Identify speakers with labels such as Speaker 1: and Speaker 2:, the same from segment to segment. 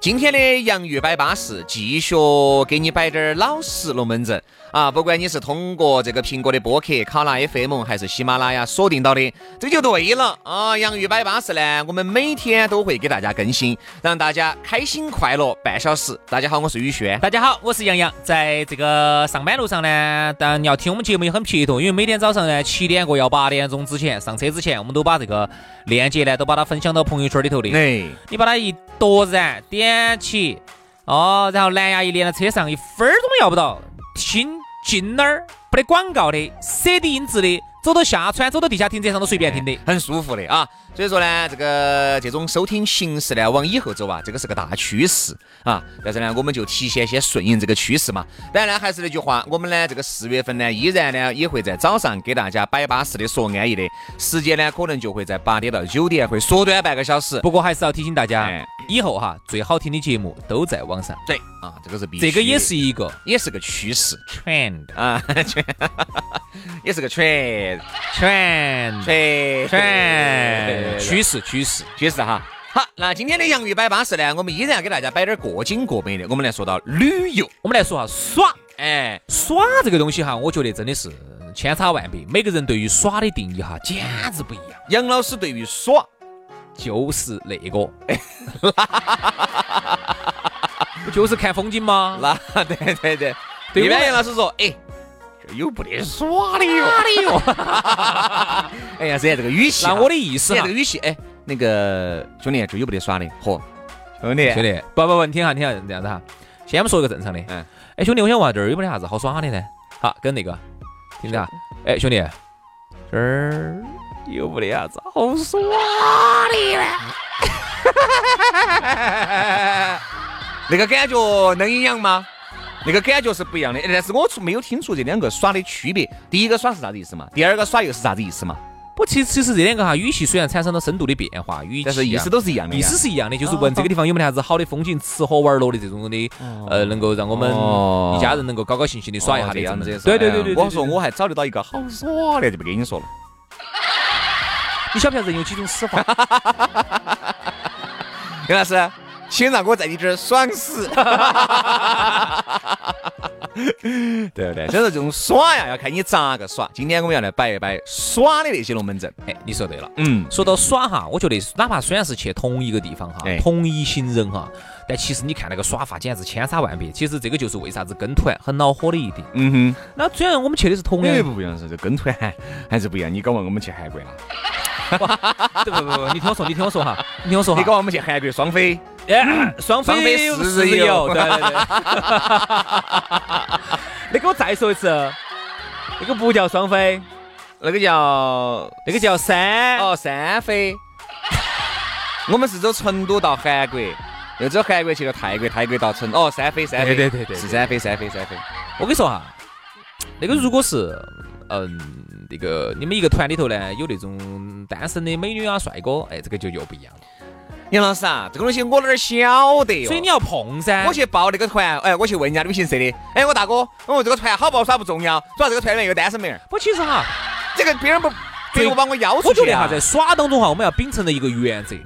Speaker 1: 今天的洋芋摆巴士，继续给你摆点儿老实龙门阵啊！不管你是通过这个苹果的播客、考拉 FM 还是喜马拉雅锁定到的，这就对了啊！洋芋摆巴士呢，我们每天都会给大家更新，让大家开心快乐半小时。大家好，我是宇轩。
Speaker 2: 大家好，我是杨洋，在这个上班路上呢，当然你要听我们节目也很撇脱，因为每天早上呢七点过要八点钟之前上车之前，我们都把这个链接呢都把它分享到朋友圈里头的。
Speaker 1: 哎，
Speaker 2: 你把它一夺燃，点起，哦，然后蓝牙一连到车上，一分儿都要不到，听进哪儿不得广告的，CD 音质的，走到下川，走到地下停车场都随便听的。
Speaker 1: 很舒服的啊。所以说呢，这个这种收听形式呢，往以后走啊，这个是个大趋势啊。但是呢，我们就提前先顺应这个趋势嘛。当然呢，还是那句话，我们呢这个四月份呢，依然呢也会在早上给大家摆巴适的说安逸的时间呢，可能就会在八点到九点会缩短半个小时。
Speaker 2: 不过还是要提醒大家
Speaker 1: 哎，
Speaker 2: 以后哈最好听的节目都在网上，
Speaker 1: 对啊，这个是必须
Speaker 2: 这
Speaker 1: 的，
Speaker 2: 个也是一个
Speaker 1: 也是个趋势
Speaker 2: trend
Speaker 1: 啊，全 也是个全
Speaker 2: trend
Speaker 1: 全
Speaker 2: 全趋势趋势，
Speaker 1: 趋势哈。好，那今天的洋芋摆巴士呢，我们依然给大家摆点儿过紧过美的。我们来说到旅游，
Speaker 2: 我们来说下耍。
Speaker 1: 哎，
Speaker 2: 耍这个东西哈，我觉得真的是千差万别，每个人对于耍的定义哈，简直不一样。
Speaker 1: 杨老师对于耍，
Speaker 2: 就是那个，不就是看风景吗？
Speaker 1: 那 对对对，
Speaker 2: 对
Speaker 1: 一
Speaker 2: 我
Speaker 1: 般杨老师说，哎，这有不得耍的哟，耍的哟。哎呀，这样这个语气哈，
Speaker 2: 那我的意思啊
Speaker 1: 这样
Speaker 2: 哈
Speaker 1: 这，个语气，哎，那个兄弟，这有不得耍的，嚯，兄弟
Speaker 2: 兄弟，不不不，你听哈，你听哈，这样子哈，先我们说一个正常的。
Speaker 1: 嗯
Speaker 2: 嗯，哎，兄弟，我想问下这儿有没得啥子好耍的呢？好，跟那个，听着哈，哎，兄弟，这儿有没得啥子好耍的呢？
Speaker 1: 那个感觉能一样吗？那个感觉是不一样的，哎但是我出没有听出这两个耍的区别。第一个耍是啥子意思嘛？第二个耍又是啥子意思嘛？
Speaker 2: 不，其实其实这两个哈，语气虽然产生了深度的变化，语气啊、
Speaker 1: 但是意思都是一样的呀，
Speaker 2: 意思是一样的，就是问这个地方有没得啥子好的风景、吃喝玩乐的这种的，呃，能够让我们
Speaker 1: 哦
Speaker 2: 一家人能够高高兴兴的耍一下
Speaker 1: 哦
Speaker 2: 的
Speaker 1: 这样子也
Speaker 2: 这
Speaker 1: 是。
Speaker 2: 种对对对
Speaker 1: 哎
Speaker 2: 对，
Speaker 1: 我说
Speaker 2: 对，
Speaker 1: 我还找得到一个好耍的，就不跟你说了。
Speaker 2: 对你晓不晓得人有几种 死法？
Speaker 1: 杨老师，请让我在你这儿爽死， 对不对？所以说这种耍呀，要看你咋个耍。今天我们要来摆一摆耍的那些龙门阵。
Speaker 2: 哎，你说对了。
Speaker 1: 嗯，
Speaker 2: 说到耍哈，我觉得哪怕虽然是去同一个地方哈
Speaker 1: 哎，
Speaker 2: 同一行人哈，但其实你看那个耍法简直千差万别。其实这个就是为啥子跟团很恼火的一点。
Speaker 1: 嗯
Speaker 2: 那虽然我们去的是同
Speaker 1: 哼，
Speaker 2: 样
Speaker 1: 哎，
Speaker 2: 一
Speaker 1: 不不一样是这跟团还是不一样。你搞完我们去韩国了，
Speaker 2: 对不不不，你听我说，你听我说哈， 你听我说
Speaker 1: 你搞
Speaker 2: 哈，
Speaker 1: 完我们去韩国双飞，
Speaker 2: 哎，双
Speaker 1: 双飞
Speaker 2: 飞
Speaker 1: 四
Speaker 2: 四
Speaker 1: 日
Speaker 2: 日
Speaker 1: 游
Speaker 2: 游，对对 对。你给我再说一次，那个不叫双飞，
Speaker 1: 那个叫
Speaker 2: 那个叫三。
Speaker 1: 哦，三飞。我们是走成都到韩国，又走韩国去了泰国，泰国到成哦，三飞三飞，
Speaker 2: 对对对对对
Speaker 1: 是三飞三飞三飞。
Speaker 2: 我跟你说哈，那个如果是嗯，那个你们一个团里头呢，有那种单身的美女啊、帅哥，哎，这个就又不一样了。
Speaker 1: 杨老师啊，这个东西我哪儿晓得哟？
Speaker 2: 所以你要碰噻。
Speaker 1: 我去报那个团，哎，我去问人家旅行社的，哎，我大哥，我这个团好不好耍不重要，主要这个团里面有单身妹儿，
Speaker 2: 不，其实哈，
Speaker 1: 这个别人不，别人不把我邀出
Speaker 2: 我觉
Speaker 1: 去
Speaker 2: 得哈，
Speaker 1: 啊，
Speaker 2: 在耍当中哈，我们要秉承的一个原则。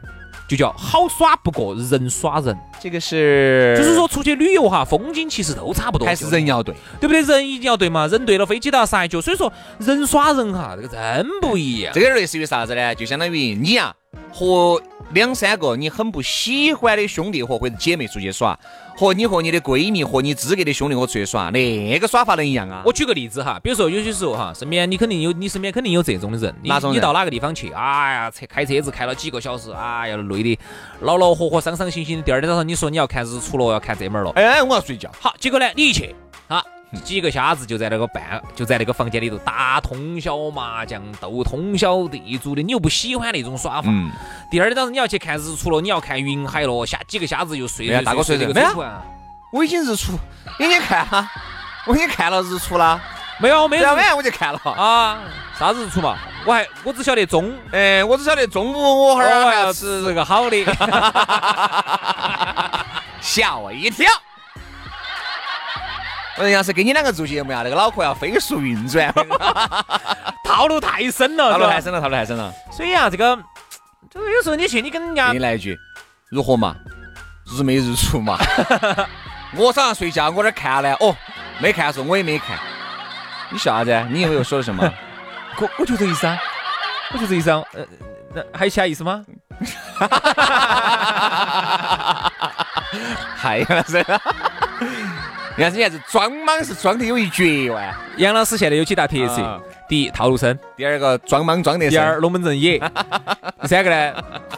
Speaker 2: 就叫好耍不过人耍人，
Speaker 1: 这个是，
Speaker 2: 就是说出去旅游哈，风景其实都差不多，
Speaker 1: 还是人要对，
Speaker 2: 对不对？人一定要对嘛，人对了，飞机都要撒一脚。所以说人耍人哈，这个真不一样。
Speaker 1: 这个类似于啥子呢？就相当于你呀、和两三个你很不喜欢的兄弟伙或者姐妹出去耍，和你和你的闺蜜和你资格的兄弟伙出去耍，那、个耍法能一样啊？
Speaker 2: 我举个例子哈，比如说有些时候哈，身边你肯定有，你身边肯定有这种的人。你
Speaker 1: 哪种人
Speaker 2: 你到哪个地方去？哎呀，车开车子开了几个小时，哎呀，累的恼恼火火、伤伤心心的。第二天早上你说你要看日出了，要看这门儿了，
Speaker 1: 哎，我要睡觉。
Speaker 2: 好，结果呢，你一去，啊，几个瞎子就在那个办，就在那个房间里头打通宵麻将，斗通宵地主的。你又不喜欢那种耍法。
Speaker 1: 嗯，
Speaker 2: 第二天早上你要去看日出了，你要看云海了，下几个瞎子又睡
Speaker 1: 哎呀
Speaker 2: 睡
Speaker 1: 大哥
Speaker 2: 睡
Speaker 1: 睡
Speaker 2: 这个
Speaker 1: 着没
Speaker 2: 出啊
Speaker 1: 我已经日出，给你看哈、我已经看了日出 啦，
Speaker 2: 没有没有
Speaker 1: 然晚我就看了。
Speaker 2: 啊，啥日出嘛？我还我只晓得中午
Speaker 1: 哎，我只晓得中午哦我
Speaker 2: 我
Speaker 1: 哈儿还啊要
Speaker 2: 要
Speaker 1: 吃，
Speaker 2: 吃个 好的。
Speaker 1: 吓我一跳。我说要是跟你两个做节目呀，那个脑壳要飞速运 转，
Speaker 2: 套路太深了，
Speaker 1: 套
Speaker 2: 是
Speaker 1: 路
Speaker 2: 吧
Speaker 1: 太深了，套路太深了。哎
Speaker 2: 所以啊，这个就有时候你去，你跟人家
Speaker 1: 给你来一句，如何嘛？日没日出嘛？我早上睡觉，我这儿看了，哦，没看说我也没看。你笑啥子？你以为我说的什么？
Speaker 2: 我我就这意思啊，我就这意思啊，呃，那还有其他意思吗？
Speaker 1: 还有是，杨子你还是装莽是装的有一绝哇。
Speaker 2: 杨老师现在有几大特色
Speaker 1: 啊：
Speaker 2: 第一，套路深；
Speaker 1: 第二个装莽装得
Speaker 2: 第
Speaker 1: 深，
Speaker 2: 二，龙门阵 野；第三个呢，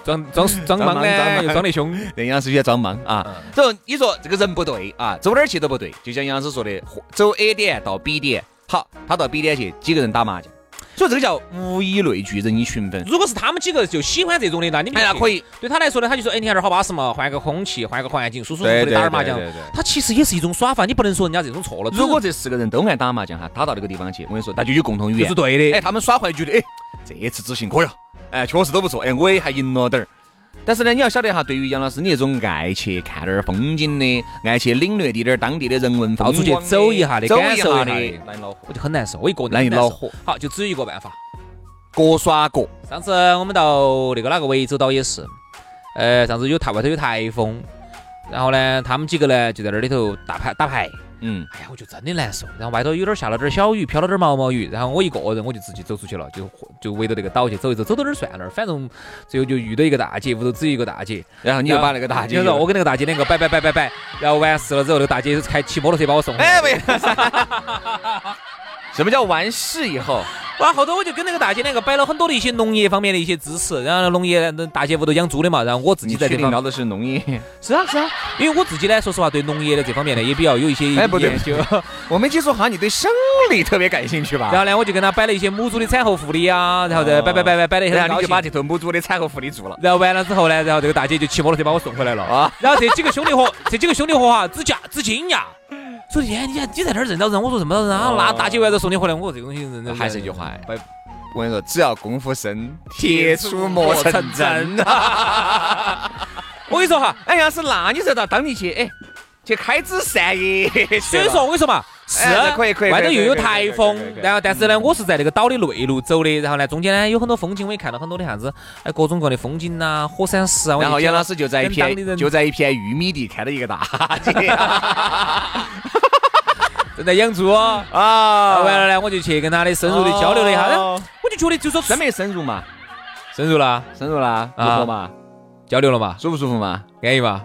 Speaker 2: 装装装
Speaker 1: 装
Speaker 2: 莽
Speaker 1: 莽装
Speaker 2: 呢，
Speaker 1: 莽
Speaker 2: 又装得凶。
Speaker 1: 人杨老师也装莽啊。
Speaker 2: 嗯
Speaker 1: 所以你说这个人不对啊，走哪儿去都不对。就像杨老师说的，走 A 点到 B 点，好，他到 B 点去，几个人打麻将，所以这个叫物以类聚，人以群分。
Speaker 2: 如果是他们几个就喜欢这种的，那你们
Speaker 1: 哎呀，可
Speaker 2: 以。
Speaker 1: 以，
Speaker 2: 对他来说呢，他就说，哎，你看这儿好巴适嘛，换个空气，换个环境，舒舒服
Speaker 1: 对
Speaker 2: 服的
Speaker 1: 对
Speaker 2: 打点麻将
Speaker 1: 对对对。
Speaker 2: 他其实也是一种耍法，你不能说人家这种错了。
Speaker 1: 如果这四个人都爱打麻将哈，打到那个地方去，我跟你说，大家有共同语
Speaker 2: 就
Speaker 1: 言
Speaker 2: 是。对
Speaker 1: 哎，
Speaker 2: 的，
Speaker 1: 他们耍回来觉得，哎，这一次执行可以了，哎，确实都不错，哎，我也还赢了点儿。但是呢，你要晓得哈，对于杨老师你那种爱去看点儿风景的，爱去领略一点儿当地的人文风
Speaker 2: 到
Speaker 1: 光
Speaker 2: 处
Speaker 1: 的，
Speaker 2: 去走一下的，
Speaker 1: 走
Speaker 2: 感
Speaker 1: 一
Speaker 2: 受
Speaker 1: 下
Speaker 2: 一
Speaker 1: 的，
Speaker 2: 下的。
Speaker 1: 来恼火，
Speaker 2: 我就很难受，我一个人
Speaker 1: 让你
Speaker 2: 很难
Speaker 1: 恼
Speaker 2: 受
Speaker 1: 火。
Speaker 2: 好，就只有一个办法。
Speaker 1: 各耍各。
Speaker 2: 上次我们到那个哪个涠洲岛也是，呃，上次有台外头有台风，然后呢，他们几个呢就在那里头打牌打牌。
Speaker 1: 嗯，
Speaker 2: 哎呀，我就真的难受。然后外头有点下了点小雨，飘了点毛毛雨。然后我一个人，我就自己走出去了，就就围着那个岛去走一走，走到哪儿算哪儿。反正最后就遇到一个大姐，屋头只有一个大姐。
Speaker 1: 然后你就把那个大姐
Speaker 2: 就是，我跟那个大姐两个摆摆摆摆摆，然后完事了之后，那个大姐开骑摩托车把我送回来。
Speaker 1: 哎，不要， 什么叫完事以后？
Speaker 2: 哇，后头我就跟那个大姐两个摆了很多的一些农业方面的一些呃知识，然后农业那大姐屋头养猪的嘛，然后我自己
Speaker 1: 你
Speaker 2: 在
Speaker 1: 确
Speaker 2: 这
Speaker 1: 定
Speaker 2: 方
Speaker 1: 聊的是农业？
Speaker 2: 是啊是啊，因为我自己呢，说实话对农业的这方面呢也比较有一些
Speaker 1: 哎不对
Speaker 2: 研究，
Speaker 1: 我没记错，好像你对生理特别感兴趣吧？
Speaker 2: 然后呢我就跟他摆了一些母猪的产后护理啊，然后再摆摆摆摆摆的很
Speaker 1: 然后
Speaker 2: 高
Speaker 1: 哎你就把
Speaker 2: 兴。
Speaker 1: 这头母猪的产后护理做了
Speaker 2: 然后完了之后呢，然后这个大姐就骑摩托车把我送回来了
Speaker 1: 啊！
Speaker 2: 然后这几个兄弟伙，这几个兄弟伙哈，只惊只惊讶，说天，你你在那儿认到人？我说什么人啊？那大姐完了送你回来，我说这个东西认到人
Speaker 1: 还是一句话哎
Speaker 2: 摆
Speaker 1: 我跟你说，只要功夫深，铁杵磨成针。
Speaker 2: 我跟你说哈，
Speaker 1: 哎，要是那你就到当地去，哎，去开枝散叶去吧。
Speaker 2: 所以说我跟你说嘛，是
Speaker 1: 哎可以可以可以
Speaker 2: 外头又
Speaker 1: 可以
Speaker 2: 有
Speaker 1: 可以
Speaker 2: 台
Speaker 1: 可以可以
Speaker 2: 风
Speaker 1: 可，以
Speaker 2: 然后但是呢，我是在那个岛的内陆走的，然后呢，中间呢有很多风景，我也看到很多的啥子，哎，各种各样的风景呐，火山石啊。我
Speaker 1: 然后
Speaker 2: 就
Speaker 1: 杨老师就在一
Speaker 2: 跟当地
Speaker 1: 片
Speaker 2: 人
Speaker 1: 就在一片玉米地开了一个大街
Speaker 2: 正在养猪，完
Speaker 1: 啊
Speaker 2: 了呢，我就去跟他的深入的交流了一下，然后
Speaker 1: 哦
Speaker 2: 我就觉得就说
Speaker 1: 真没深入嘛，
Speaker 2: 深入了，
Speaker 1: 深入啦，如
Speaker 2: 啊
Speaker 1: 何嘛？
Speaker 2: 交流了嘛，
Speaker 1: 舒不舒服嘛？
Speaker 2: 安逸嘛。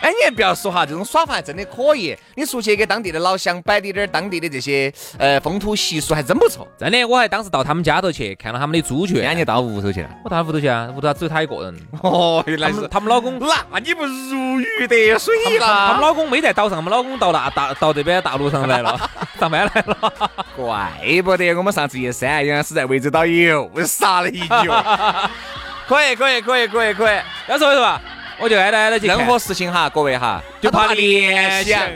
Speaker 1: 哎，你也不要说哈，这种耍法还真的可以。你出去给当地的老乡摆的点儿当地的这些呃风土习俗，还真不错。
Speaker 2: 真的，我还当时到他们家头去看了他们的猪
Speaker 1: 人家
Speaker 2: 圈，
Speaker 1: 就到屋头去了。
Speaker 2: 我到他屋头去啊，屋头只有他一个 人，
Speaker 1: 哦，原
Speaker 2: 他们他们老公。
Speaker 1: 那你不如鱼得水
Speaker 2: 他们他们老公没在岛上，他们老公到大大到这边大陆上 来了，上班来了。
Speaker 1: 怪不得我们上次一三杨老师在涠洲岛又杀了一 脚。 可以可以可以可以可以，
Speaker 2: 要说是吧，我就挨着挨着去看
Speaker 1: 任何事情啊哈，各位哈，
Speaker 2: 就怕
Speaker 1: 联啊
Speaker 2: 联
Speaker 1: 想，啊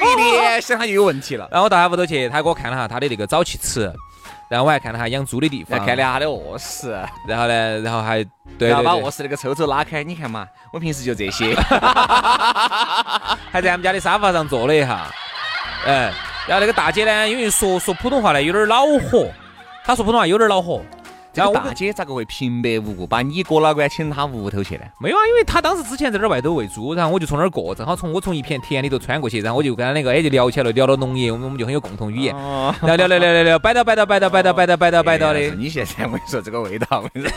Speaker 2: 想
Speaker 1: 一联想它就有问题 了。
Speaker 2: 然后我到他屋头去，他给我看了下他的那个沼气池，然后我还看了下养猪的地
Speaker 1: 来
Speaker 2: 方，
Speaker 1: 看了，下他的卧室，
Speaker 2: 然后呢，然后还对
Speaker 1: 然后
Speaker 2: 对
Speaker 1: 把卧
Speaker 2: 对，
Speaker 1: 室那个抽抽拉开，你看嘛，我平时就这 些。
Speaker 2: 还在他们家的沙发上坐了一下，嗯，然后那个大姐呢，因为说说普通话呢有点恼火，她说普通话有点恼火，
Speaker 1: 这
Speaker 2: 然后
Speaker 1: 个
Speaker 2: 我
Speaker 1: 大
Speaker 2: 跟
Speaker 1: 姐咋个会平白无故把你哥老倌请她屋头去呢？
Speaker 2: 没有啊，因为他当时之前在那儿外头喂猪，然后我就从那儿过，正好从我从一片田里头穿过去，然后我就跟他那个哎就聊起来了，聊到农业，我们我们就很有共同语言，
Speaker 1: 哦，
Speaker 2: 聊聊聊聊聊聊，摆到摆到摆到摆到摆到摆到摆到
Speaker 1: 哎呀
Speaker 2: 的。
Speaker 1: 你现在我跟你说这个味道，我跟你 说，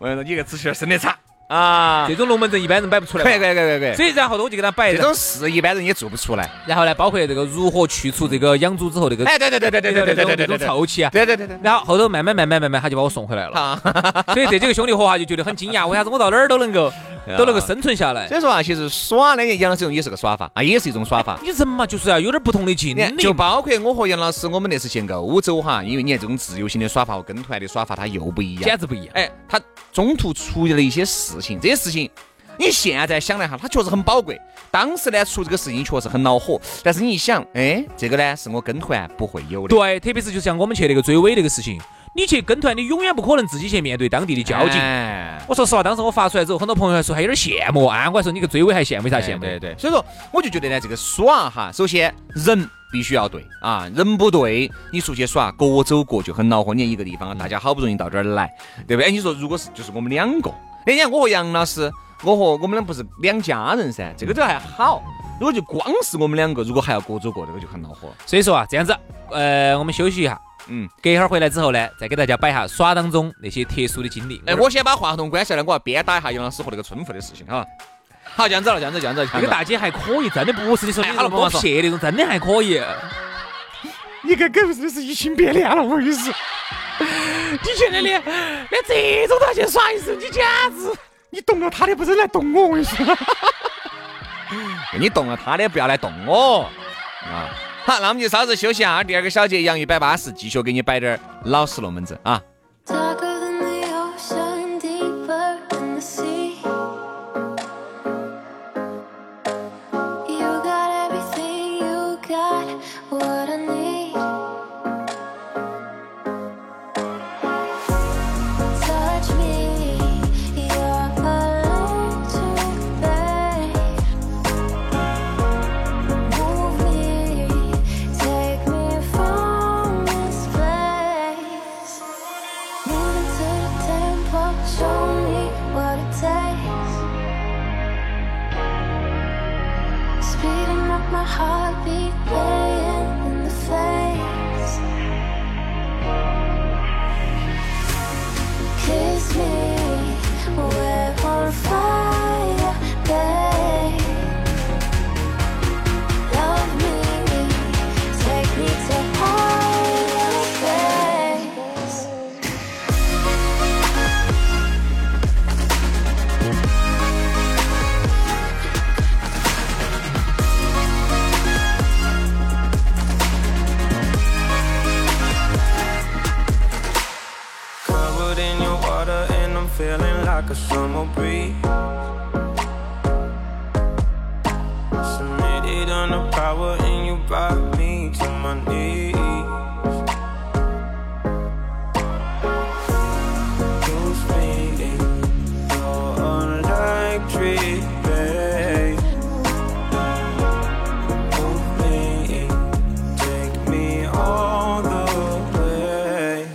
Speaker 1: 我跟你说你个子虚儿生的差啊！
Speaker 2: 这种龙门阵一般人摆不出来
Speaker 1: 可以
Speaker 2: 嘛，
Speaker 1: 可以可以可以，
Speaker 2: 所以然后头我就给他摆
Speaker 1: 这，种事一般人也做不出来。
Speaker 2: 然后呢，包括这个如何去除这个养猪之后这个
Speaker 1: 哎，对对对对对对对对对对
Speaker 2: 这
Speaker 1: 对
Speaker 2: 种
Speaker 1: 对，
Speaker 2: 臭气啊，
Speaker 1: 对对对对对。
Speaker 2: 然后后头慢慢慢慢慢慢他就把我送回来了，
Speaker 1: 啊，
Speaker 2: 所以这几个兄弟伙哈就觉得很惊讶，为啥子我到哪儿都 能够都能够生存下来？
Speaker 1: 所以说啊，其实耍呢，杨老师用也是个耍法啊，也是一种耍法。
Speaker 2: 你人嘛就是要啊有点不同的经
Speaker 1: 你看，
Speaker 2: 历，
Speaker 1: 就包括我和杨老师，我们那次去欧洲哈，因为你看这种自由行的耍法和跟团的耍法，它又不一样。
Speaker 2: 简直不一样。
Speaker 1: 哎，他中途出现了一些事情，这些事情你现在想来哈，它确实很宝贵。当时呢，出这个事情确实很恼火，但是你一想，哎，这个呢是我跟团不会有的。
Speaker 2: 对，特别是就像我们去那个追尾那个事情，你去跟团，你永远不可能自己去面对当地的交警。
Speaker 1: 哎
Speaker 2: 我说实话，当时我发出来之后，很多朋友还说还有点羡慕啊，我还说你个追尾还羡慕啥羡慕？
Speaker 1: 哎对对，所以说我就觉得呢，这个耍哈，首先人必须要对啊，人不对，你出去耍各走各就很恼火。你看一个地方，大家好不容易到这儿来，对不对？哎你说如果是就是我们两个，哎你看我和杨老师，我和我们俩不是两家人噻，这个都还好。如果就光是我们两个，如果还要各走各，这个就很恼火了。
Speaker 2: 所以说啊，这样子，呃，我们休息一下，
Speaker 1: 嗯，
Speaker 2: 隔一会儿回来之后呢，再给大家摆一下耍当中那些特殊的经历。
Speaker 1: 哎，我先把话筒关下来，我要鞭打一下杨老师和那个春富的事情哈。好，这样子了，这样子，这样子，
Speaker 2: 那
Speaker 1: 这
Speaker 2: 个
Speaker 1: 个大，
Speaker 2: 大姐还可以，真的不是你说的
Speaker 1: 哎
Speaker 2: 那种
Speaker 1: 好了
Speaker 2: 多
Speaker 1: 不
Speaker 2: 撇那种，真的还可以。
Speaker 3: 你跟狗日是移情别恋了，我跟你说，你现在连连这种都要去耍一次，你简直，你动了他的不准来动我，我跟你说。
Speaker 1: 你动了他的，不要来动我。啊。好，那我们就稍事休息一下，第二个小节杨一百八十，继续给你摆点儿老实龙门阵啊。
Speaker 4: Darker than the ocean, deeper than the sea. You got everything, you got what I need. Touch me, you're electric, babe. Move me, take me from this place. Move into the tempo, show me what it takes. Speeding up my heartbeat, playing in the face. Kiss me, we're on fire, babe. Love me, take me to higher place.
Speaker 5: Covered in your water and I'm feeling like a summer breeze. Submitted under power and you brought me to my knees. You spinning, you're electric, babe. Move me, take me all the way.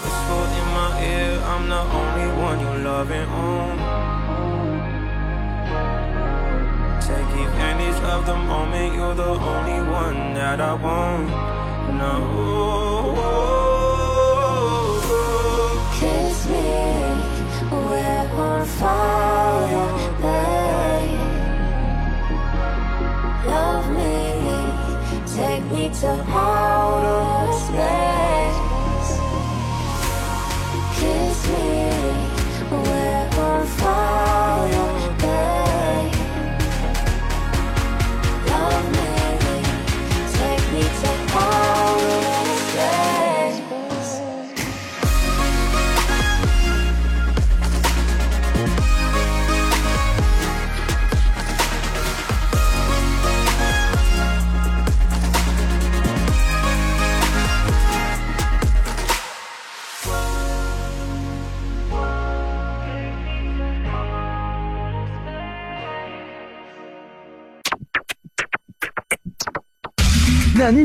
Speaker 5: Whisper in my ear, I'm the only one you love and own. Take advantage of the moment, you're the only one that I want. No.
Speaker 4: Kiss me, we're on fire, babe. Love me, take me to outer space. Kiss me, we're on fire, babe. Love me, take me to outer space.
Speaker 6: 南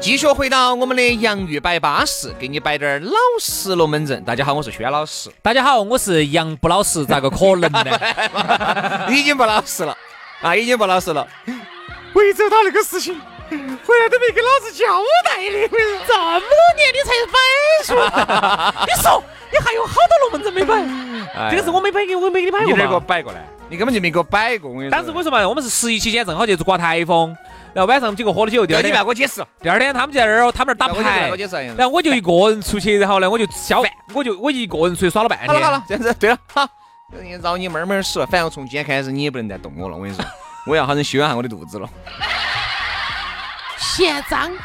Speaker 1: 继续回到我们的洋芋摆巴士，给你摆点儿老实龙门阵。大家好，我是轩老 师，
Speaker 2: 大家好，我是杨不老实，咋个可能 呢？
Speaker 1: 已经不老实了啊，已经不老实了。
Speaker 3: 为走到那个事情，回来都没跟老子交代的，我跟你说
Speaker 2: 这么多年你才摆出，你说你还有好多龙门阵没摆？这个是我没摆给，我没给哎你摆
Speaker 1: 哎你
Speaker 2: 过
Speaker 1: 哪儿给我
Speaker 2: 嘛。
Speaker 1: 摆过来？你根本就没给我摆过。我跟你说
Speaker 2: 当时我说嘛，我们是十一期间正好就是刮台风，然后晚上几个喝了酒，第
Speaker 1: 要
Speaker 2: 二
Speaker 1: 你不要
Speaker 2: 天
Speaker 1: 给我解释了，
Speaker 2: 第二天他们在那儿他们那儿打牌
Speaker 1: 我，解释了。
Speaker 2: 然后我就一个人出去，然后呢我就消，我就我一个人出去耍了半
Speaker 1: 好了好
Speaker 2: 天。
Speaker 1: 了，这样子对了，好，饶你慢慢使。反正从今天开始，你也不能再动我了。我跟你 说，我要好生修养下我的肚子了。
Speaker 4: 写脏。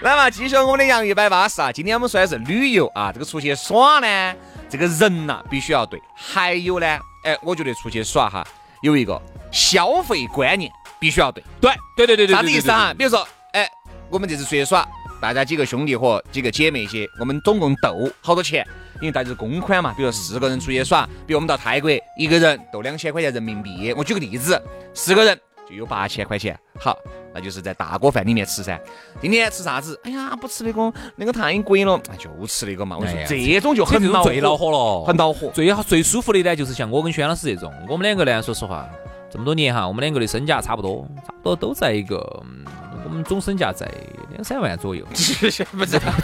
Speaker 1: 来嘛，继续我们的洋芋摆巴士啊！今天我们说的是旅游啊，这个出去耍呢，这个人呐、必须要对。还有呢，哎，我觉得出去耍哈，有一个消费观念必须要对。
Speaker 2: 对对对对对，
Speaker 1: 啥子意思
Speaker 2: 对？
Speaker 1: 哈？比如说，哎，我们这次出去耍，大家几个兄弟伙、几个姐妹些，我们总共斗好多钱？因为大家是公款嘛，比如说四个人出去耍，比如我们到泰国，一个人斗两千块钱人民币。我举个例子，四个人就有八千块钱。好，那就是在大锅饭里面吃噻。今天吃啥子？哎呀，不吃那个，那个太贵了，哎就吃那个嘛。我说
Speaker 2: 哎呀
Speaker 1: 这种就
Speaker 2: 这
Speaker 1: 很
Speaker 2: 种
Speaker 1: 恼
Speaker 2: 最恼火了，
Speaker 1: 很恼火。
Speaker 2: 最好最舒服的呢，就是像我跟轩老师这种，我们两个呢，说实话，这么多年哈，我们两个的身价差不多，差不多都在一个，嗯我们总身价在两三万左右，
Speaker 1: 不是，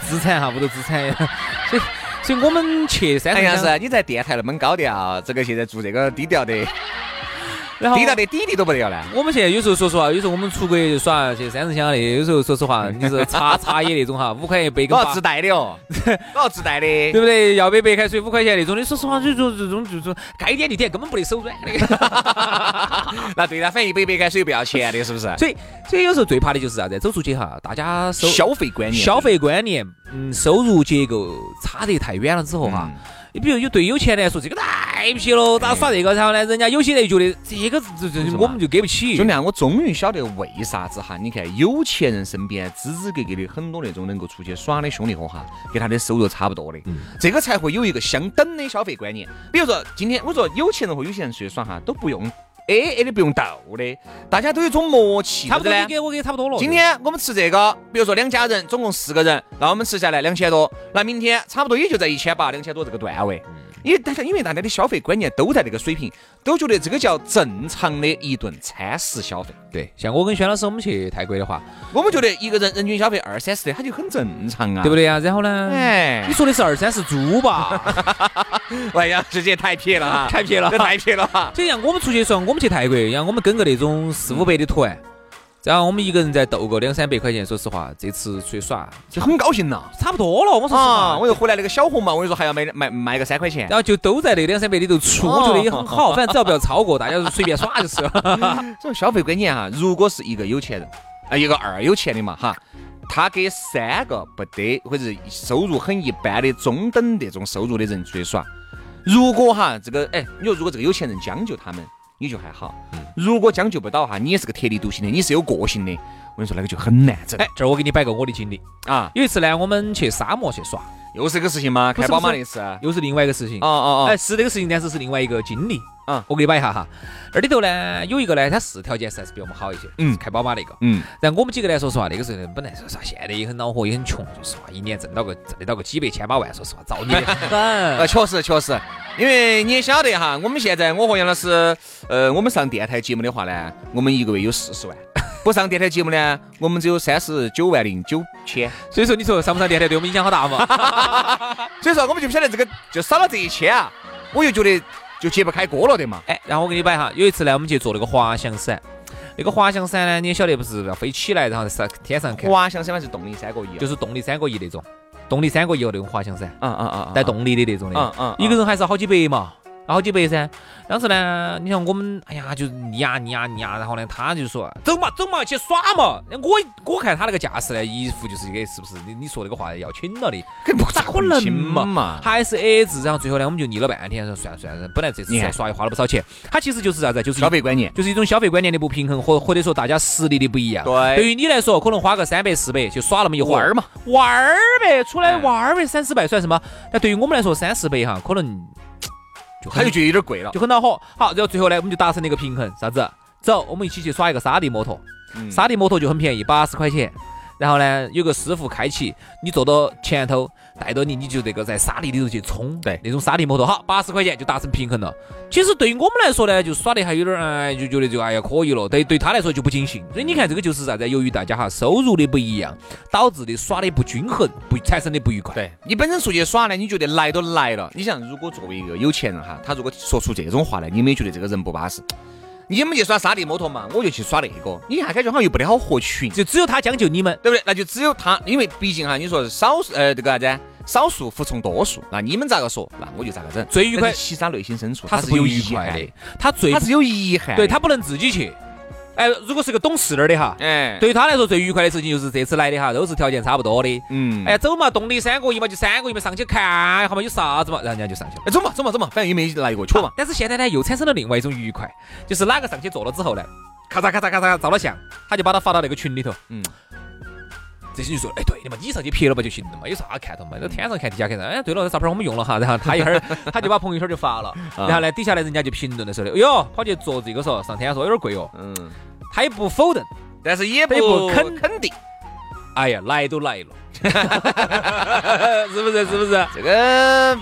Speaker 2: 资产哈，屋头资产，所以所以我们去山
Speaker 1: 哎
Speaker 2: 上
Speaker 1: 呀，
Speaker 2: 乡，
Speaker 1: 是你在电台那么高调，这个现在做这个低调的，
Speaker 2: 然后
Speaker 1: 低调的底底都不得了呢。
Speaker 2: 我们现在有时候说实话，有时候我们出国去耍去山上乡的，有时候说实话，你是茶茶叶那种哈，五块钱一杯跟
Speaker 1: 我
Speaker 2: 八
Speaker 1: 要自。带的 哦，我要自带
Speaker 2: 对
Speaker 1: 的。
Speaker 2: 不对？要杯白开水五块钱那种的，说实话，就就这种就就该点就点，根本不得手软的。
Speaker 1: 那对了，反正一杯白开水不要钱啊的，是不是？
Speaker 2: 所以，所以有时候最怕的就是啥子？走出去哈，大家手
Speaker 1: 消费观念，
Speaker 2: 消费观念，嗯，收入结构差得太远了之后
Speaker 1: 嗯
Speaker 2: 哈，你、比如有对有钱的来说，这个太皮了，咋耍这个？然后呢，人家有些人就觉得这个这
Speaker 1: 是
Speaker 2: 这
Speaker 1: 吧
Speaker 2: 我们就给不起
Speaker 1: 兄。弟啊，我终于晓得为啥子哈！你看有钱人身边支支格格的很多那种能够出去耍的兄弟伙哈，跟他的收入差不多的，
Speaker 2: 嗯
Speaker 1: 这个才会有一个相等的消费观念。比如说今天我说有钱人和有钱人出去耍哈，都不用 A A 的不用斗的，大家都有一种默契，
Speaker 2: 差不多，
Speaker 1: 对
Speaker 2: 你
Speaker 1: 不对
Speaker 2: 给我给差不多了。
Speaker 1: 今天我们吃这个，比如说两家人总共四个人，那我们吃下来两千多，那明天差不多也就在一千八、两千多这个段位。
Speaker 2: 嗯
Speaker 1: 因为大家因为大家的消费观念都在这个水平，都觉得这个叫正常的一顿餐食消费。
Speaker 2: 对，像我跟轩老师我们去泰国的话，
Speaker 1: 我们觉得一个人人均消费二三十的，他就很正常啊，
Speaker 2: 对不
Speaker 1: 对？
Speaker 2: 对嗯呀、然后呢，
Speaker 1: 哎
Speaker 2: 你，说的是二三十猪 吧？
Speaker 1: 哎呀，这也太撇了哈，
Speaker 2: 太撇了
Speaker 1: 这 太撇了啊哈。
Speaker 2: 就像我们出去的时候，我们去泰国，然后我们跟个那种四五百的团，
Speaker 1: 嗯
Speaker 2: 然后我们一个人再斗个两三百块钱。说实话，这次出去耍
Speaker 1: 就很高兴呐！
Speaker 2: 差不多了，我说实话
Speaker 1: 啊，，我又回来那个小红嘛，我跟你说还要卖卖卖个三块钱
Speaker 2: 然，后就都在那两三百里头出，我觉得也很好，反正只要不要超过，大家就随便耍就是了。
Speaker 1: 这种消费观念哈，如果是一个有钱人，啊，一个二有钱的嘛哈，他给三个不得或者收入很一般的中等这种收入的人出去耍，如果哈这个哎，你说如果这个有钱人将就他们，也就还好；如果将就不到哈，你也是个特立独行的，你是有个性的，我跟你说那个就很难整
Speaker 2: 哎，这儿我给你摆个我的经历。
Speaker 1: 啊。
Speaker 2: 有一次呢，我们去沙漠去耍，
Speaker 1: 又是一个事情吗？
Speaker 2: 不是
Speaker 1: 开宝马
Speaker 2: 不是
Speaker 1: 那次？哦
Speaker 2: 又是另外一个事情。
Speaker 1: 哦
Speaker 2: 哎，
Speaker 1: 哦，
Speaker 2: 是这个事情，但是是另外一个经历。
Speaker 1: 啊
Speaker 2: 我给你摆一下哈。那里头呢，有一个呢，他是条件是还是比我们好一些，
Speaker 1: 嗯
Speaker 2: 是开宝马那个。
Speaker 1: 嗯，
Speaker 2: 然后我们几个呢，说实话，那个时候呢，本来说实话，现在也很恼火，也很穷，说实话，一年挣到个挣得到个几百千把万，说实话，造 孽哎得
Speaker 1: 呃，
Speaker 2: 很。
Speaker 1: 确实确实，因为你也晓得哈，我们现在我和杨老师，呃，我们上电台节目的话呢，我们一个月有四十万；不上电台节目呢，我们只有三十九万零九千。
Speaker 2: 所以说，你说上不上电台对我们影响好大嘛？
Speaker 1: 所以说，我们就不晓得这个就少了这一千啊，我就觉得就揭不开锅了的嘛。
Speaker 2: 哎，然后我给你摆哈，有一次呢，我们去坐那个滑翔伞，那个滑翔伞呢，你也晓得不是要飞起来，然后在上天上看，
Speaker 1: 滑翔伞嘛是动力三个亿，
Speaker 2: 就是动力三个亿那种。动力三国也有那种滑翔伞，
Speaker 1: 啊啊啊！
Speaker 2: 带动力的那种的，
Speaker 1: 嗯嗯嗯
Speaker 2: 一个人还是好几百嘛，好几百噻。当时呢，你像我们，哎呀，就是你呀你呀你呀，然后呢，他就说走嘛走嘛，去耍嘛。我我看他那个架势呢，一副就是这个是不是你你说那个话要亲了的，
Speaker 1: 不
Speaker 2: 咋可能
Speaker 1: 嘛
Speaker 2: 嘛？还是 A 字，然后最后呢，我们就腻了半天，说算了算了，本来这次
Speaker 1: 你
Speaker 2: 才
Speaker 1: 看
Speaker 2: 耍也花了不少钱，他其实就是啥子，啊就是
Speaker 1: 消费观念。
Speaker 2: 就是一种消费观念的不平衡，或或者说大家实力的不一样。
Speaker 1: 嗯对
Speaker 2: 对于你来说，可能花个三百四百就耍那么一会
Speaker 1: 玩
Speaker 2: 儿
Speaker 1: 儿嘛，嗯
Speaker 2: 玩儿呗，出来玩儿呗，三四百算什么？那对于我们来说，三四百哈，可能就
Speaker 1: 他
Speaker 2: 很
Speaker 1: 就觉得有点贵了。
Speaker 2: 就很恼火。好，然后最后呢，我们就达成了一个平衡，啥子？走，我们一起去耍一个沙地摩托。
Speaker 1: 嗯
Speaker 2: 沙地摩托就很便宜，八十块钱。然后呢，有个师傅开启，你坐到前头，带着你，你就这个在沙地里头去冲，
Speaker 1: 对
Speaker 2: 那种沙地摩托，好，八十块钱就达成平衡了。其实对于我们来说呢，就耍得还有点儿，哎，就觉得就哎呀可以了。对，对他来说就不尽兴。所以你看，这个就是啥子？由于大家哈收入的不一样，导致的耍的不均衡，不产生的不愉快。
Speaker 1: 对你本身出去耍呢，你觉得来都来了，你想如果作为一个有钱人哈，他如果说出这种话来，你没觉得这个人不巴适？你们去耍沙地摩托嘛，我就去耍那个，你还感觉好像又不得好合群，
Speaker 2: 就只有他将就你们。
Speaker 1: 对不对？那就只有他，因为毕竟哈，你说少数呃这个啥子啊，少数服从多数，那你们咋个说，那我就咋个整。
Speaker 2: 最愉快
Speaker 1: 但是呃其实他内心深处
Speaker 2: 他
Speaker 1: 是
Speaker 2: 是不
Speaker 1: 有
Speaker 2: 愉
Speaker 1: 遗
Speaker 2: 快
Speaker 1: 憾
Speaker 2: 的，，他最
Speaker 1: 他是有遗憾。
Speaker 2: 对，他不能自己去。哎，如果是个懂事儿的哈，
Speaker 1: 哎，，
Speaker 2: 对于他来说最愉快的事情就是这次来的哈，都是条件差不多的。
Speaker 1: 嗯，
Speaker 2: 哎
Speaker 1: 哎
Speaker 2: 呀，，走嘛，动力三个一嘛，就三个一嘛，上去看一哎下嘛，有啥子嘛，然后人家就上去了。
Speaker 1: 哎
Speaker 2: 啊
Speaker 1: 走嘛走嘛走嘛，反正也没来过，去嘛。
Speaker 2: 但是现在呢，又产生了另外一种愉快，就是哪个上去坐了之后呢，咔嚓咔嚓咔嚓照了相，他就把他发到那个群里头。
Speaker 1: 嗯，
Speaker 2: 这些人就说，哎，对的嘛，你上去撇了不就行了嘛，有啥看头嘛？那天上看，地下看，哎，对了，这照片我们用了哈，然后他一会儿他就把朋友圈就发 了，
Speaker 1: 啊
Speaker 2: 然后呢，底下呢人家就评论的时候，哎呦，跑去坐这个说上天说有点贵哦，
Speaker 1: 嗯，
Speaker 2: 他也不否认，
Speaker 1: 但是也
Speaker 2: 也不
Speaker 1: 不
Speaker 2: 肯
Speaker 1: 肯定，
Speaker 2: 哎呀，来都来了， 是不是？是不是？
Speaker 1: 这个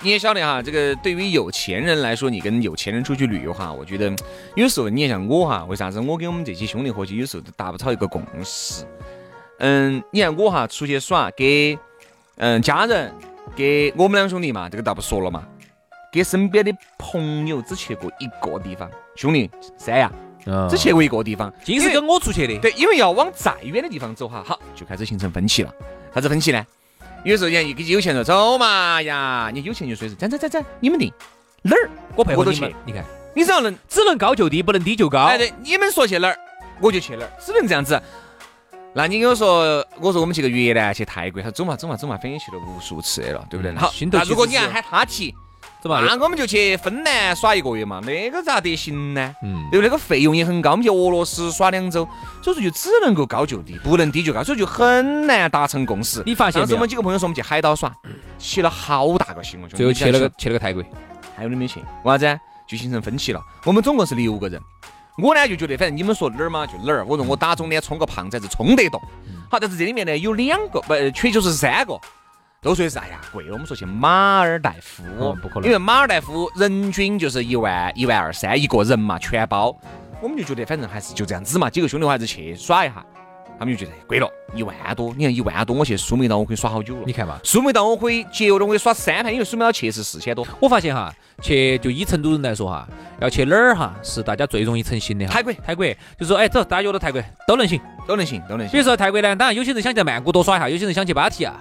Speaker 1: 你也晓得哈，这个对于有钱人来说，你跟有钱人出去旅游哈，我觉得嗯有时候你也像我哈，为啥子我跟我们这些兄弟伙计有时候都达不到一个共识？嗯，你看我哈出去耍，给嗯家人，给我们两兄弟嘛，这个倒不说了嘛，给身边的朋友只去过一个地方，兄弟三亚
Speaker 2: 嗯
Speaker 1: 只去过一个地方，
Speaker 2: 尽是
Speaker 1: 啊因为
Speaker 2: 跟我出去的，
Speaker 1: 对，因为要往再远的地方走哈，好就开始形成分歧了。啥子分歧呢？有时候人家有钱人说走嘛呀，你有钱就说是，走走走走，你们定哪儿，
Speaker 2: 我配合
Speaker 1: 我都
Speaker 2: 你们
Speaker 1: 去，
Speaker 2: 你看，
Speaker 1: 你只要能，
Speaker 2: 只能高就低，不能低就高。
Speaker 1: 哎对，你们说去哪儿，我就去哪儿，只能这样子。那你跟我说，我说我们去个越南，去泰国，他说走嘛走嘛走嘛，反正也去了无数次的了，对不对？
Speaker 2: 嗯
Speaker 1: 好，
Speaker 2: 心头
Speaker 1: 那
Speaker 2: 其
Speaker 1: 如果
Speaker 2: 实
Speaker 1: 你还
Speaker 2: 是
Speaker 1: 喊他提，
Speaker 2: 怎么？
Speaker 1: 那我们就去芬兰耍一个月嘛，那个咋得行呢？
Speaker 2: 嗯，
Speaker 1: 对不对？那个费用也很高，我们去俄罗斯耍两周，所以说就只能够高就低，不能低就高，所以就很难达成共识。
Speaker 2: 你发现
Speaker 1: 上
Speaker 2: 没
Speaker 1: 次我
Speaker 2: 有
Speaker 1: 们？几个朋友说我们去海岛耍，起了好大个心哦，兄弟
Speaker 2: 最后去
Speaker 1: 你
Speaker 2: 了，个
Speaker 1: 想
Speaker 2: 去了个泰国，
Speaker 1: 还有你没去？为啥子啊？就形成分歧了。我们总共是六个人，我呢就觉得反正你们说哪儿嘛就哪儿，我说我打肿脸充个胖子还是充得动。好，但是这里面呢有两个不，呃缺就是三个。都说是哎呀贵了，我们说去马尔代夫，
Speaker 2: 嗯不可能
Speaker 1: 因为马尔代夫人均就是一万一万二三一个人嘛，全包。我们就觉得反正还是就这样子嘛，几个兄弟伙还是去耍一下，他们就觉得哎贵了，一万多，你看一万多，我去苏梅岛我可以耍好久了
Speaker 2: 你。看嘛。
Speaker 1: 苏梅岛我可以节约了，我可以耍三盘，因为苏梅岛去是四千多。
Speaker 2: 我发现哈，去就以成都人来说哈，要去哪儿哈是大家最容易成型的哈。
Speaker 1: 泰国
Speaker 2: 泰国就说哎走，大家约到泰国都能行。
Speaker 1: 都能行，都能
Speaker 2: 比
Speaker 1: 行。
Speaker 2: 如说泰国呢，当然有些人想去曼谷多耍一下，有些人想去芭提雅，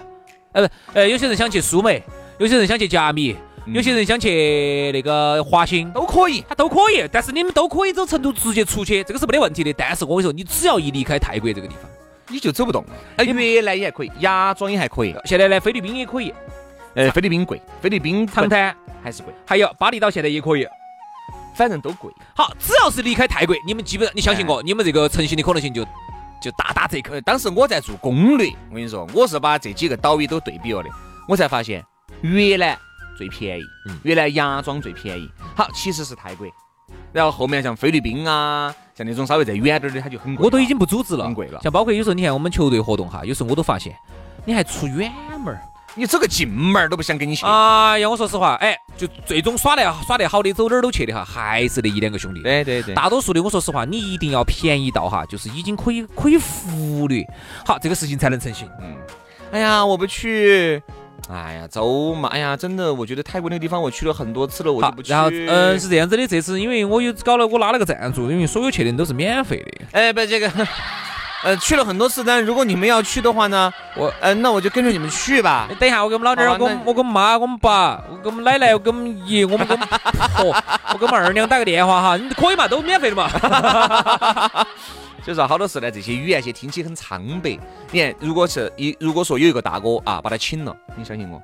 Speaker 2: 呃不呃有些人想去苏梅，有些人想去甲米，
Speaker 1: 嗯
Speaker 2: 有些人想去那个华欣。
Speaker 1: 都可以。
Speaker 2: 他都可以，但是你们都可以走成都直接出去，这个是没得问题的。但是我跟你说，你只要一离开泰国这个地方，
Speaker 1: 你就走不动。哎，越南也还可以，芽庄也还可以。
Speaker 2: 现在呢菲律宾也可以，
Speaker 1: 呃，菲律宾贵，菲律宾
Speaker 2: 长滩
Speaker 1: 还是贵，
Speaker 2: 还有巴厘岛现在也可以，
Speaker 1: 反正都贵。
Speaker 2: 好，只要是离开泰国，你们基本上，你相信我，你们这个成型的可能性就就大打折扣。
Speaker 1: 呃，当时我在做攻略，我跟你说，我是把这几个岛屿都对比了的，我才发现越南最便宜
Speaker 2: 嗯，
Speaker 1: 越南芽庄最便宜。好，其实是泰国，然后后面像菲律宾啊，像那种稍微再远点儿的，它就很贵了。
Speaker 2: 我都已经不组织了
Speaker 1: 很贵了，
Speaker 2: 像包括有时候你看我们球队活动哈，有时候我都发现你还出远门儿。
Speaker 1: 你走个近门儿都不想跟你去。
Speaker 2: 哎呀，我说实话，哎，就最终耍得耍得好的，走哪儿都去的哈，还是那一两个兄弟。
Speaker 1: 对对对，
Speaker 2: 大多数的，我说实话，你一定要便宜到哈，就是已经可以可以忽略，好，这个事情才能成型。
Speaker 1: 嗯，哎呀，我不去。哎呀，走嘛！哎呀，真的，我觉得泰国那个地方我去了很多次了，我就
Speaker 2: 好
Speaker 1: 不，去。
Speaker 2: 然后嗯是这样子的，这次因为我有搞了，我拉了个赞助，因为所有去的人都是免费的。
Speaker 1: 哎，不，这个 呃，去了很多次，但如果你们要去的话呢，我呃，那我就跟着你们去吧。
Speaker 2: 哎等一下，我跟我们老爹儿，
Speaker 1: 好吧
Speaker 2: 我跟我
Speaker 1: 那
Speaker 2: 我跟我妈，我们爸，我跟我们奶奶，我跟我们爷，我们跟哦，我跟我们二娘打个电话哈，你可以嘛，都免费的嘛。
Speaker 1: 所以说，好多时候呢，这些语言些听起很苍白。你看，如果是一如果说有一个大哥啊，把他请了，你相信我，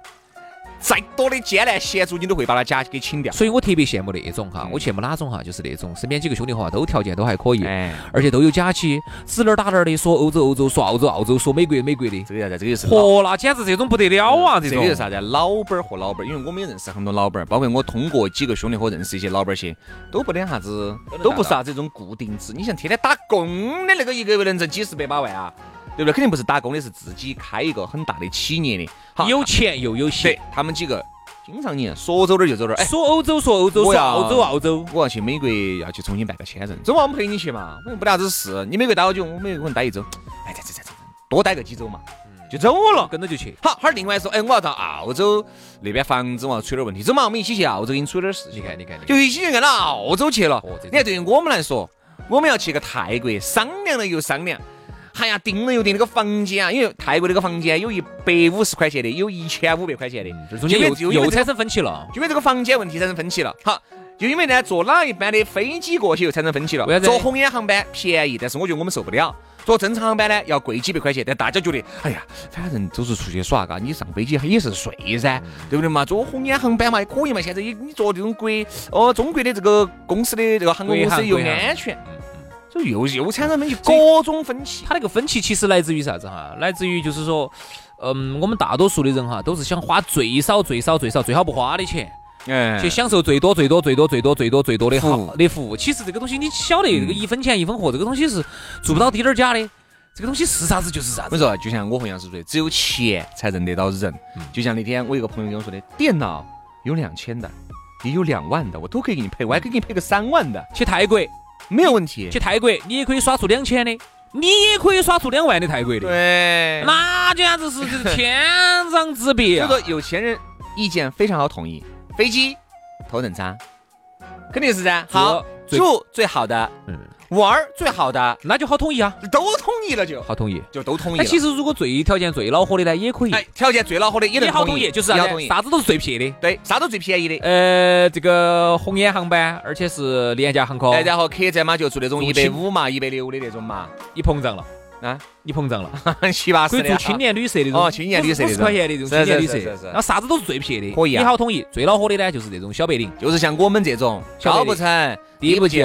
Speaker 1: 再多的艰难险阻，你都会把他家给请掉。
Speaker 2: 所以我特别羡慕那种哈，
Speaker 1: 嗯
Speaker 2: 我羡慕哪种哈，就是那种身边几个兄弟伙啊都条件都还可以，
Speaker 1: 哎，
Speaker 2: 而且都有假期，指哪儿打哪儿的，说欧洲欧洲，说澳洲澳洲，说美国美国的。
Speaker 1: 这个啥子？这个就是老
Speaker 2: 嚯，那简直这种不得了啊！这
Speaker 1: 嗯这
Speaker 2: 种
Speaker 1: 个就是啥子？老板儿和老板儿，因为我们也认识很多老板儿，包括我通过几个兄弟伙认识一些老板儿些，都不得啥子，都不是啥子这种固定制。你像天天打工的那个，一个月能挣几十百把万啊，对不对？肯定不是打工的，是自己开一个很大的企业的。好，
Speaker 2: 有钱又有
Speaker 1: 对
Speaker 2: 闲，
Speaker 1: 他们几个经常你看说走哪儿就走哪儿，哎。
Speaker 2: 说欧洲说欧洲，
Speaker 1: 我
Speaker 2: 说
Speaker 1: 要
Speaker 2: 澳洲澳洲。
Speaker 1: 我要去美国，要去重新办个签证。走嘛，我们陪你去嘛，我又没得啥子事。你美国待好久？我美国可能待一周。哎，这这这这，多待个几周嘛，就走了。
Speaker 2: 跟着就去，
Speaker 1: 好，哈儿另外说，哎，我要到澳洲那边房子，我要处理点问题。走嘛，我们一起去澳洲给你处理点事情。
Speaker 2: 你看你看你看
Speaker 1: 就一起去按到澳洲去了
Speaker 2: 哦这。种
Speaker 1: 你看，对于我们来说，我们要去个泰国，商量了又商量。哎呀，订了又订那个房间啊，因为泰国那个房间有一百五十块钱的，有一千五百块钱的，
Speaker 2: 这中间
Speaker 1: 因为
Speaker 2: 又
Speaker 1: 因为
Speaker 2: 又
Speaker 1: 这个
Speaker 2: 产生分歧了。
Speaker 1: 因为这个房间问题产生分歧了。好，就因为呢，坐哪一班的飞机过去又产生分歧了。
Speaker 2: 为啥子
Speaker 1: 坐红眼航班便宜，但是我觉得我们受不了。坐正常航班呢，要贵几百块钱，但大家觉得，哎呀，反正都是出去耍，嘎，你上飞机也是睡噻，
Speaker 2: 嗯
Speaker 1: 对不对嘛？坐红眼航班嘛也可以嘛，现在也你坐这种国哦中国的这个公司的这个航空公
Speaker 2: 国
Speaker 1: 司
Speaker 2: 航
Speaker 1: 又
Speaker 2: 国航
Speaker 1: 安全，
Speaker 2: 嗯
Speaker 1: 就又又产生分歧，
Speaker 2: 所以
Speaker 1: 各种分歧。
Speaker 2: 他那个分歧其实来自于啥子哈？来自于就是说，嗯，我们大多数的人哈，都是想花最少、最少、最少、最好不花的钱，
Speaker 1: 哎
Speaker 2: 去享受最多、最多、最多、最多、最多、最多的
Speaker 1: 服务嗯
Speaker 2: 好的服务。其实这个东西你晓得，这个一分钱一分货，这个东西是做不到滴点儿假的。这个东西是啥子就是啥
Speaker 1: 我跟
Speaker 2: 子。
Speaker 1: 你说，就像我和杨师说的，只有钱才认得到人。就像那天我有个朋友跟我说的，电脑有两千的，也有两万的，我都可以给你配，我还可以给你配个三万的，
Speaker 2: 去泰国，
Speaker 1: 没有问题。
Speaker 2: 去泰国，你也可以耍出两千的，你也可以耍出两万的泰国的，
Speaker 1: 对那
Speaker 2: 那简直是这天壤之
Speaker 1: 所
Speaker 2: 别
Speaker 1: 以
Speaker 2: 啊！
Speaker 1: 说有钱人意见非常好统一，飞机头等舱，肯定是噻。好，
Speaker 2: 最
Speaker 1: 住最好的，
Speaker 2: 嗯
Speaker 1: 玩儿最好的，
Speaker 2: 那就好统一啊，
Speaker 1: 都同意了就
Speaker 2: 好统一。
Speaker 1: 就都同意
Speaker 2: 那
Speaker 1: 了。
Speaker 2: 哎其实如果最条件最恼火的呢，也可以。
Speaker 1: 哎，条件最恼火的也能
Speaker 2: 也好
Speaker 1: 同
Speaker 2: 同
Speaker 1: 意，
Speaker 2: 意，就是啥
Speaker 1: 要
Speaker 2: 子
Speaker 1: 同意，
Speaker 2: 啥子都是最撇的。
Speaker 1: 对，啥都最便宜的。
Speaker 2: 呃，这个红眼航班，而且是廉价航空，
Speaker 1: 哎，然后客栈嘛就住那种
Speaker 2: 住
Speaker 1: 一百
Speaker 2: 青
Speaker 1: 五嘛、一百六的那种嘛，
Speaker 2: 你膨胀了
Speaker 1: 啊，
Speaker 2: 你膨胀了，
Speaker 1: 七八
Speaker 2: 可
Speaker 1: 十
Speaker 2: 以
Speaker 1: 的
Speaker 2: 住
Speaker 1: 啊。
Speaker 2: 青年旅社那种，
Speaker 1: 哦青年旅社
Speaker 2: 五十
Speaker 1: 那种
Speaker 2: 块钱的这种
Speaker 1: 是
Speaker 2: 青年旅
Speaker 1: 是是是
Speaker 2: 社
Speaker 1: 是，
Speaker 2: 然后啥子都是最撇的，
Speaker 1: 可以啊
Speaker 2: 也好统一。最恼火的呢，就是这种小白领，
Speaker 1: 就是像我们这种
Speaker 2: 小
Speaker 1: 高
Speaker 2: 白领
Speaker 1: 不成
Speaker 2: 低不就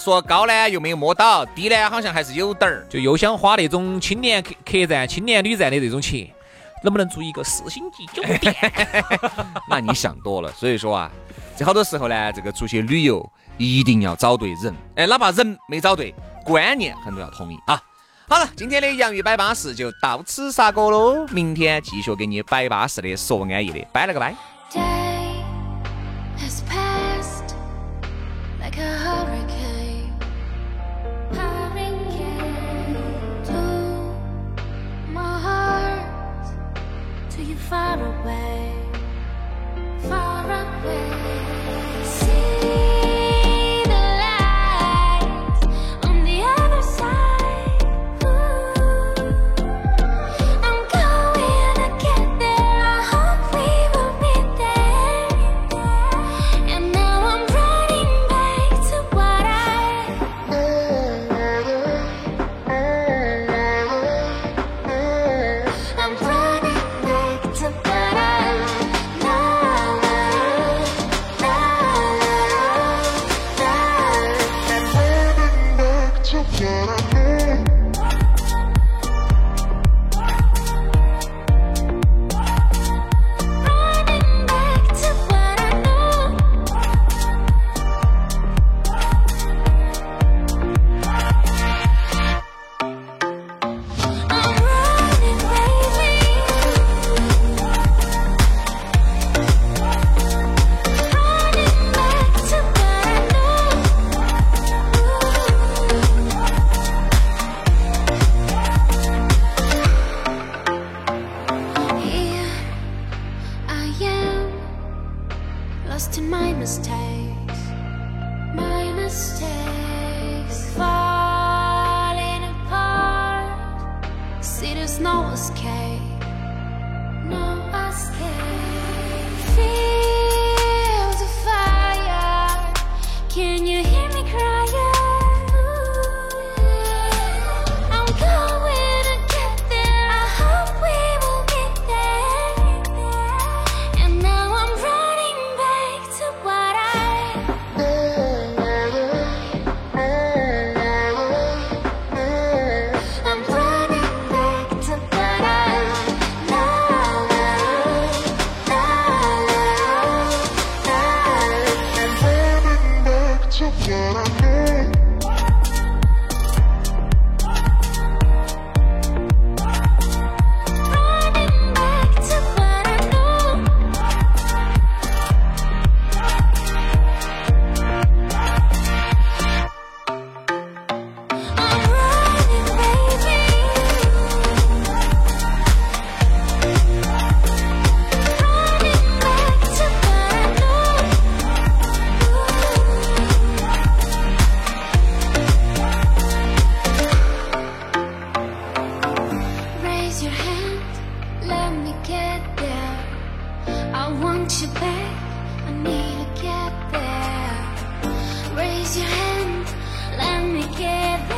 Speaker 1: 说高呢又没有摸到，低呢好像还是有点儿。
Speaker 2: 就又想花那种青年客客栈、青年旅站的这种钱，能不能住一个四星级酒店？
Speaker 1: 那你想多了，所以说啊，这好多时候呢，这个出去旅游一定要找对人，哎，哪怕人没找对，观念很多要统一啊。好了，今天的洋芋摆巴士就到此杀过喽，明天继续给你摆巴士的说安逸的，拜了个拜。
Speaker 4: Day has passed like a hurricane, hurricane through my heart till you far away, far away. See the light on the other side. Ooh. I'm going to get there. I hope we will be there. And now I'm running back to what I. I'm running back to what I love, love, love. I'm running back to what I knew. Running back to what I know. I'm running, baby. Running back to what I know. Running back to what I know. I'm running, baby. Running back to what I know. Raise your hand, let me get there. I want you back, I need to get there. Raise your hand, let me get there.